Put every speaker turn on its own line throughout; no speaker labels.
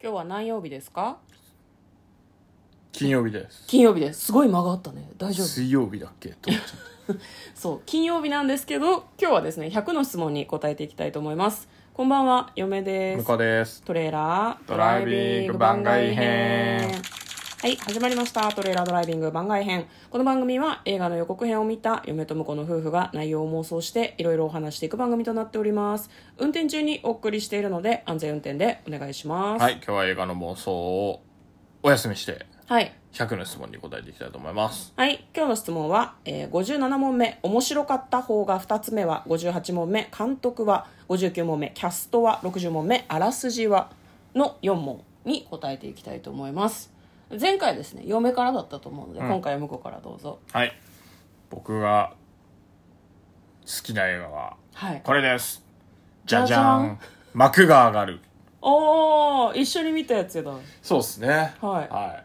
今日は何曜日ですか
金曜日です
金曜日ですすごい間があったね大丈夫
水曜日だっけと思っちゃっ
そう金曜日なんですけど今日はですね100の質問に答えていきたいと思いますこんばんは嫁
た
で
向
す
こうです
トレーラード
ドライビング番外編
はい始まりましたトレーラードライビング番外編この番組は映画の予告編を見た嫁と婿の夫婦が内容を妄想していろいろお話していく番組となっております運転中にお送りしているので安全運転でお願いします
はい今日は映画の妄想をお休みして
はい
100の質問に答えていきたいと思います
はい、今日の質問は、えー、57問目、面白かった方が2つ目は、58問目、監督は、59問目、キャストは、60問目、あらすじは、の4問に答えていきたいと思います。前回ですね、嫁からだったと思うので、今回は向こうからどうぞ。
はい僕が好きな映画は
はい。
これですじ
じゃ
ゃ
じ
じ
ゃ
ゃ
ん
ん幕が上がる
おー、一緒に見たやつだ。
そうですね
はい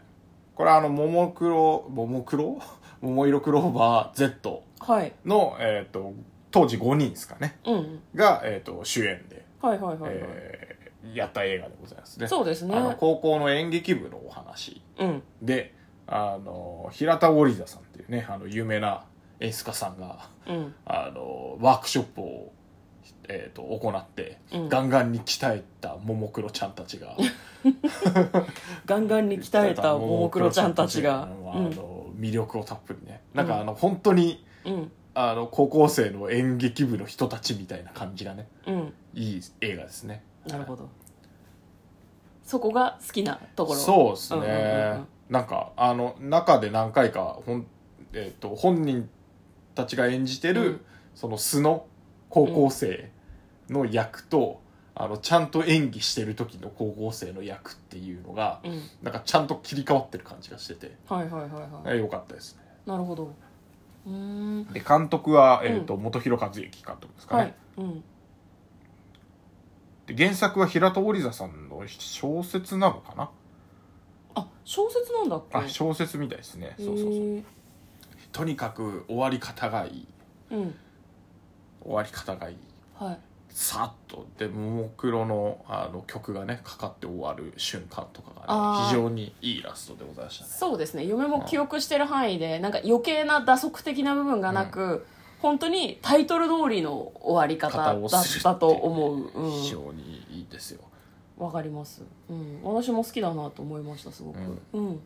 これはあのももクロももクロ 桃色クローバー Z
はい。
の、えー、と当時5人ですかね
うんうん。
が、えー、と主演で、
はいはいはい、はい
えーやった映画でございますね
そうですね
あの高校の演劇部のお話
うん。
であの平田織田さんっていうねあの有名な演出家さんが
うん。
あのワークショップを、えー、と行って、
うん
ガンガンに鍛えたももクロちゃんたちが
ガンガンに 鍛えたももクロちゃんたちが。
も
う
もクロちゃんたち
ん。
があの魅力をたっぷりねなんかあの本当に
うん。
あの高校生の演劇部の人たちみたいな感じがね
うん。
いい映画ですね
なるほど。そこが好きなところ。
そうですね、
うんうんうんうん
なんかあの中で何回かほん、えー、と本人たちが演じてる、
うん
その素の高校生の役と、あのちゃんと演技してる時の高校生の役っていうのが、
うん。
なんかちゃんと切り替わってる感じがしてて、
はいはいはいはい。
えよかったですね
なるほど。うーん。
で監督は、えーと本広和之監督ですかね、
はい。うん。
で原作は平戸織座さんの小説なのかな、
あ、小説なんだっけ。
あ小説みたいですねそうそうそ
へ
う
ー
とにかく終わり方がいい
うん。
終わり方がいい
はい。
さっとでももクロのあの曲がねかかって終わる瞬間とか
あー
が、ね、非常にいいイラストでございましたね
そうですね。嫁も記憶してる範囲で、なんか余計な打足的な部分がなく。本当にタイトル通りの終わり方
型
だ
を
っ
するっていう
たと思う。う
非
ん。
常にいいですよ
わかります。うん。私も好きだなと思いました。すごく。うん。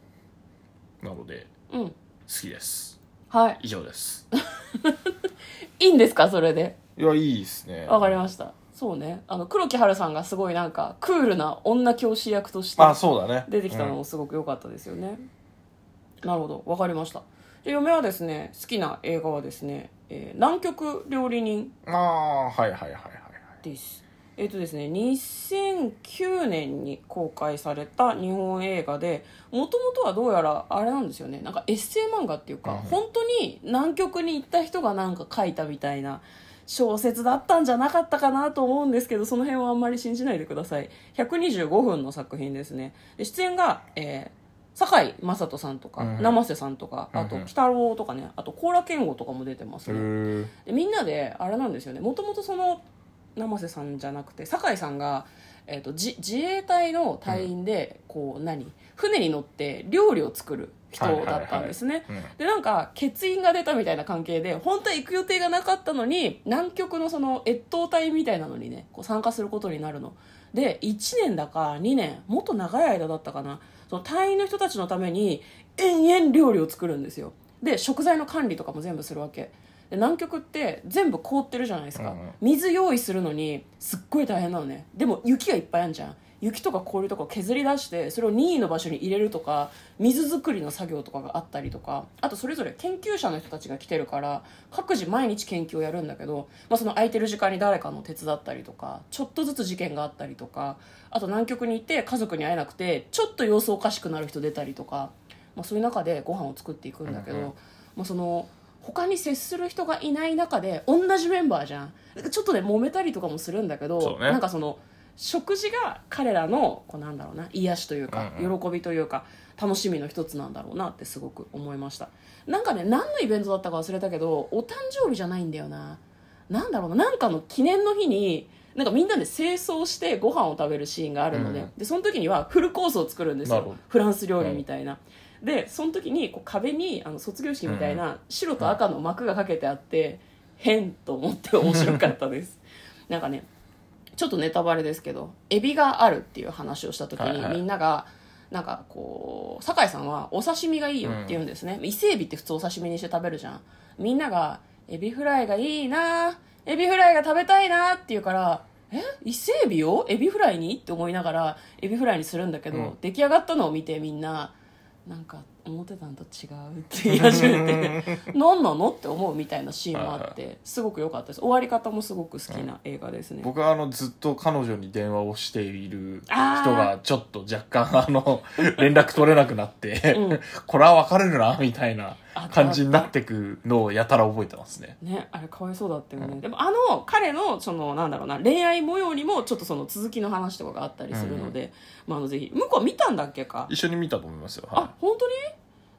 なので
うん。
好きです
はい。
以上です
いいんですか、それで。
いやいいですね
わかりましたそうねあの黒木華さんがすごいなんかクールな女教師役として
あそうだね
出てきたの
うん
もすごく良かったですよね、なるほどわかりましたで嫁はですね好きな映画はですね「えー南極料理人
あーはいはいはいはいはい」
ですえっ、とですね2009年に公開された日本映画でもともとはどうやらあれなんですよねなんかエッセイ漫画っていうか、
うん
本当に南極に行った人がなんか書いたみたいな小説だったんじゃなかったかなと思うんですけどその辺はあんまり信じないでください125分の作品ですねで出演が、えー堺雅人さんとか、
うん
生瀬さんとかあと
うんうん
鬼太郎とかねあと高良健吾とかも出てます
へ
ね、
ー
でみんなであれなんですよねもともとその生瀬さんじゃなくて酒井さんが、えー、とじ自衛隊の隊員で、こう何船に乗って料理を作る人だったんですね、
はいはいはい
でなんか欠員が出たみたいな関係で本当は行く予定がなかったのに南極のその越冬隊みたいなのにねこう参加することになるので1年だか2年もっと長い間だったかなその隊員の人たちのために延々料理を作るんですよで食材の管理とかも全部するわけで南極って全部凍ってるじゃないですか、
うんうん
水用意するのにすっごい大変なのねでも雪がいっぱいあるじゃん雪とか氷とかを削り出してそれを任意の場所に入れるとか水作りの作業とかがあったりとかあとそれぞれ研究者の人たちが来てるから各自毎日研究をやるんだけど、まあ、その空いてる時間に誰かの手伝ったりとかちょっとずつ事件があったりとかあと南極に行って家族に会えなくてちょっと様子おかしくなる人出たりとか、まあ、そういう中でご飯を作っていくんだけど、
うんうん
もうその他に接する人がいない中で同じメンバーじゃんちょっとね揉めたりとかもするんだけど、
そうね
なんかその食事が彼らのこうなんだろうな癒しというか、
うんう
喜びというか楽しみの一つなんだろうなってすごく思いましたなんかね何のイベントだったか忘れたけどお誕生日じゃないんだよななんだろうななんかの記念の日になんかみんなで清掃してご飯を食べるシーンがあるので,、
うん
でその時にはフルコースを作るんです
なるほ
よ
ど
フランス料理みたいな、でその時にこう壁にあの卒業式みたいな白と赤の幕がかけてあって、変と思って面白かったですなんかねちょっとネタバレですけどエビがあるっていう話をした時に、
はいはい
みんながなんかこう酒井さんはお刺身がいいよって言うんですね、伊勢エビって普通お刺身にして食べるじゃんみんながエビフライがいいなエビフライが食べたいなって言うからえ伊勢エビをエビフライにって思いながらエビフライにするんだけど、
うん
出来上がったのを見てみんななんか思ってたのと違うって言い始めて何なのって思うみたいなシーンもあってすごく良かったです終わり方もすごく好きな映画ですね、
僕はあのずっと彼女に電話をしている人
あー
がちょっと若干あの 連絡取れなくなって、
うん
これは別れるなみたいな感じになってくのをやたら覚えてますね。
ね、あれかわいそうだったよね、でもあの彼のそのなんだろうな恋愛模様にもちょっとその続きの話とかがあったりするので、まあ、あのぜひ向こう見たんだっけか
一緒に見たと思いますよ。は
あ本当に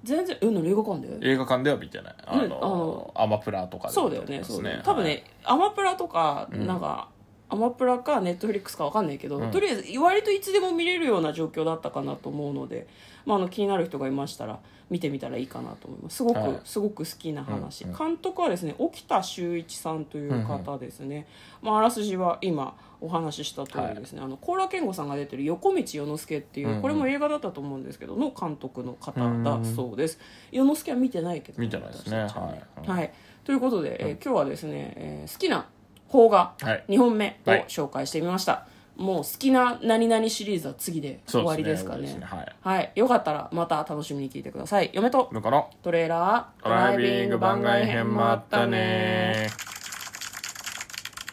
全然うんの映画館
い
で
映画館では見てない。あの、
うんあの
アマプラとかで
そうだよ
見
ね
て
そう
ま
だ
す
よね多分ね、、アマプラとか
うん
なんか、アマプラかネットフリックスかわかんないけど、
うん
とりあえず割といつでも見れるような状況だったかなと思うので、まあ、あの気になる人がいましたら見てみたらいいかなと思いますすごく、
はい
すごく好きな話、
うんうん
監督はですね沖田修一さんという方ですね、まあ、あらすじは今お話しした通りですね、あの高良健吾さんが出てる横道世之助っていう、
うんうん
これも映画だったと思うんですけどの監督の方だそうです、世之助は見てないけど
見てないですね
私たちは
はい
はい、ということで、えー今日はですね、えー好きな邦画
はい。
2本目を
はい
紹介してみました、もう好きな何々シリーズは次で終わりですか
そう
ね
終わりですね
はいよかったらまた楽しみに聞いてください嫁
は
と
い。だから、
トレーラード
ドライビング番外編もあったね